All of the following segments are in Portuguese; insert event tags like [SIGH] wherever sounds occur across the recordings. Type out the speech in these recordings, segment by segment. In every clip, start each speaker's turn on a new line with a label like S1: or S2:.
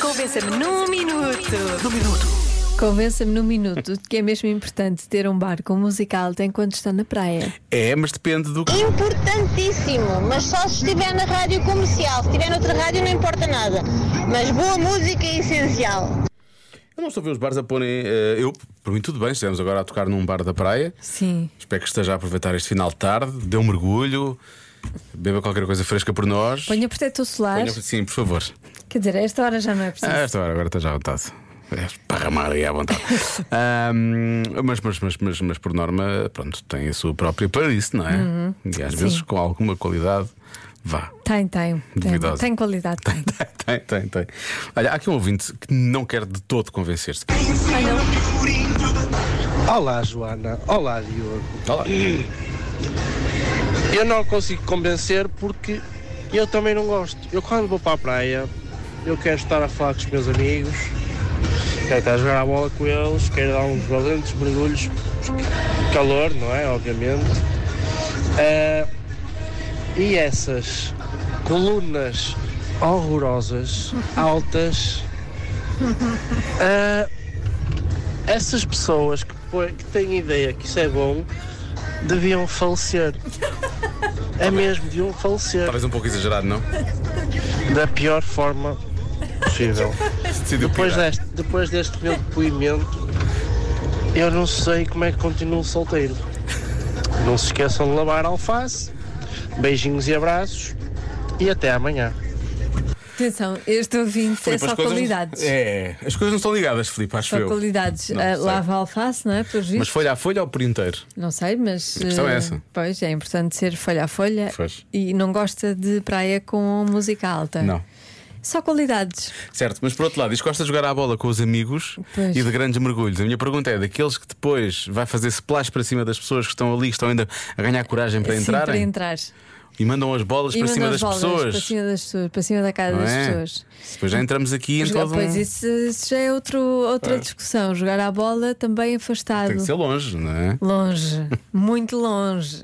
S1: Convença-me num minuto.
S2: No minuto.
S3: Convença-me num minuto de que é mesmo importante ter um barco musical enquanto está na praia.
S2: É, mas depende do que.
S4: Importantíssimo, mas só se estiver na rádio comercial. Se estiver noutra rádio, não importa nada. Mas boa música é essencial.
S2: Eu não estou a ver os bares a porem. eh, eu, por mim, tudo bem, estivemos agora a tocar num bar da praia.
S3: Sim.
S2: Espero que esteja a aproveitar este final de tarde, dê um mergulho, beba qualquer coisa fresca por nós.
S3: Ponha protetor solar.
S2: Ponha- Sim, por favor.
S3: Quer dizer, a esta hora já não é preciso.
S2: Ah, esta hora agora estás à vontade. É esparramar aí à vontade. Ahm, mas, mas, mas, mas, mas, por norma, pronto, tem a sua própria playlist, não é? E às vezes com alguma qualidade, vá. [LAUGHS]
S3: Tem, tem. Tem,
S2: Duvidosa.
S3: tem qualidade, tem.
S2: Tem, tem, tem. Olha, há aqui um ouvinte que não quer de todo convencer-se.
S5: Olá, Joana. Olá, Diogo.
S2: Olá.
S5: Eu não consigo convencer porque eu também não gosto. Eu quando vou para a praia, eu quero estar a falar com os meus amigos, quero estar a jogar a bola com eles, quero dar uns valentes mergulhos, calor, não é? Obviamente. Ah, e essas colunas horrorosas, altas, ah, essas pessoas que, põe- que têm ideia que isso é bom deviam falecer. É mesmo, deviam falecer
S2: Talvez um pouco exagerado, não?
S5: da pior forma possível.
S2: Decidiu
S5: Depois
S2: pirar.
S5: deste, depois deste meu depoimento, eu não sei como é que continuo solteiro. Não se esqueçam de lavar a alface. Beijinhos e abraços. E até amanhã.
S3: Atenção, este ouvinte
S2: Filipe,
S3: é
S2: as
S3: só
S2: coisas-
S3: qualidades.
S2: É, as coisas não estão ligadas, Filipe, acho
S3: Só
S2: eu.
S3: qualidades.
S2: Não,
S3: Ah,
S2: sei.
S3: lava a alface, não é? Pelos
S2: Mas
S3: vistos.
S2: folha a folha ou por inteiro?
S3: Não sei, mas.
S2: questão é
S3: eh,
S2: essa.
S3: Pois, é importante ser folha a folha.
S2: Pois.
S3: E não gosta de praia com música alta.
S2: Não.
S3: Só qualidades.
S2: Certo, mas por outro lado, diz que gosta de jogar à bola com os amigos
S3: Pois.
S2: e de grandes mergulhos. A minha pergunta é: daqueles que depois vai fazer splash para cima das pessoas que estão ali, que estão ainda a ganhar coragem para
S3: Sim,
S2: entrarem
S3: para entrar.
S2: e mandam as bolas
S3: E
S2: para cima
S3: mandam
S2: das
S3: as bolas
S2: pessoas.
S3: Para cima das pessoas, para cima da cara
S2: não
S3: das
S2: é?
S3: pessoas.
S2: Depois já entramos aqui em todo
S3: pois
S2: um.
S3: isso, isso já é outro, outra discussão. Jogar à bola também afastado.
S2: Tem que ser longe, não é?
S3: Longe, muito longe.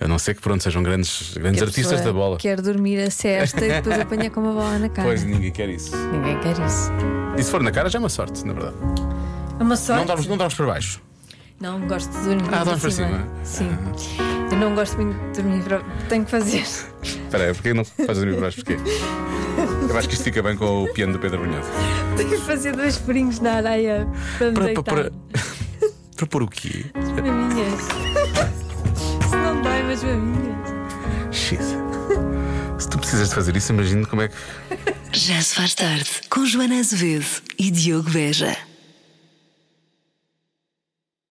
S2: A não ser que pronto, sejam grandes, grandes
S3: Que a
S2: artistas
S3: pessoa
S2: da bola.
S3: Quer dormir a cesta e depois apanhar com uma bola na cara.
S2: Pois ninguém quer isso.
S3: Ninguém quer isso.
S2: E se for na cara, já é uma sorte, na verdade.
S3: É uma
S2: Não
S3: sorte.
S2: damos, não damos para baixo.
S3: Não, gosto de dormir
S2: Ah,
S3: para
S2: dormes para cima. Ah.
S3: cima. Sim. Eu não gosto muito de dormir para. Tenho que fazer. [LAUGHS]
S2: Espera aí, porquê não fazes dormir para baixo? Porquê? Eu acho que isto fica bem com o piano do Pedro Brunhoso.
S3: Tenho que fazer dois furinhos na areia para me
S2: Para,
S3: deitar.
S2: para, para, para [LAUGHS] pôr o quê?
S3: Maminhas. Se não dói, mas maminhas.
S2: Shit. Se tu precisas de fazer isso, imagino como é que.
S1: Já se faz tarde com Joana Azevedo e Diogo Beja.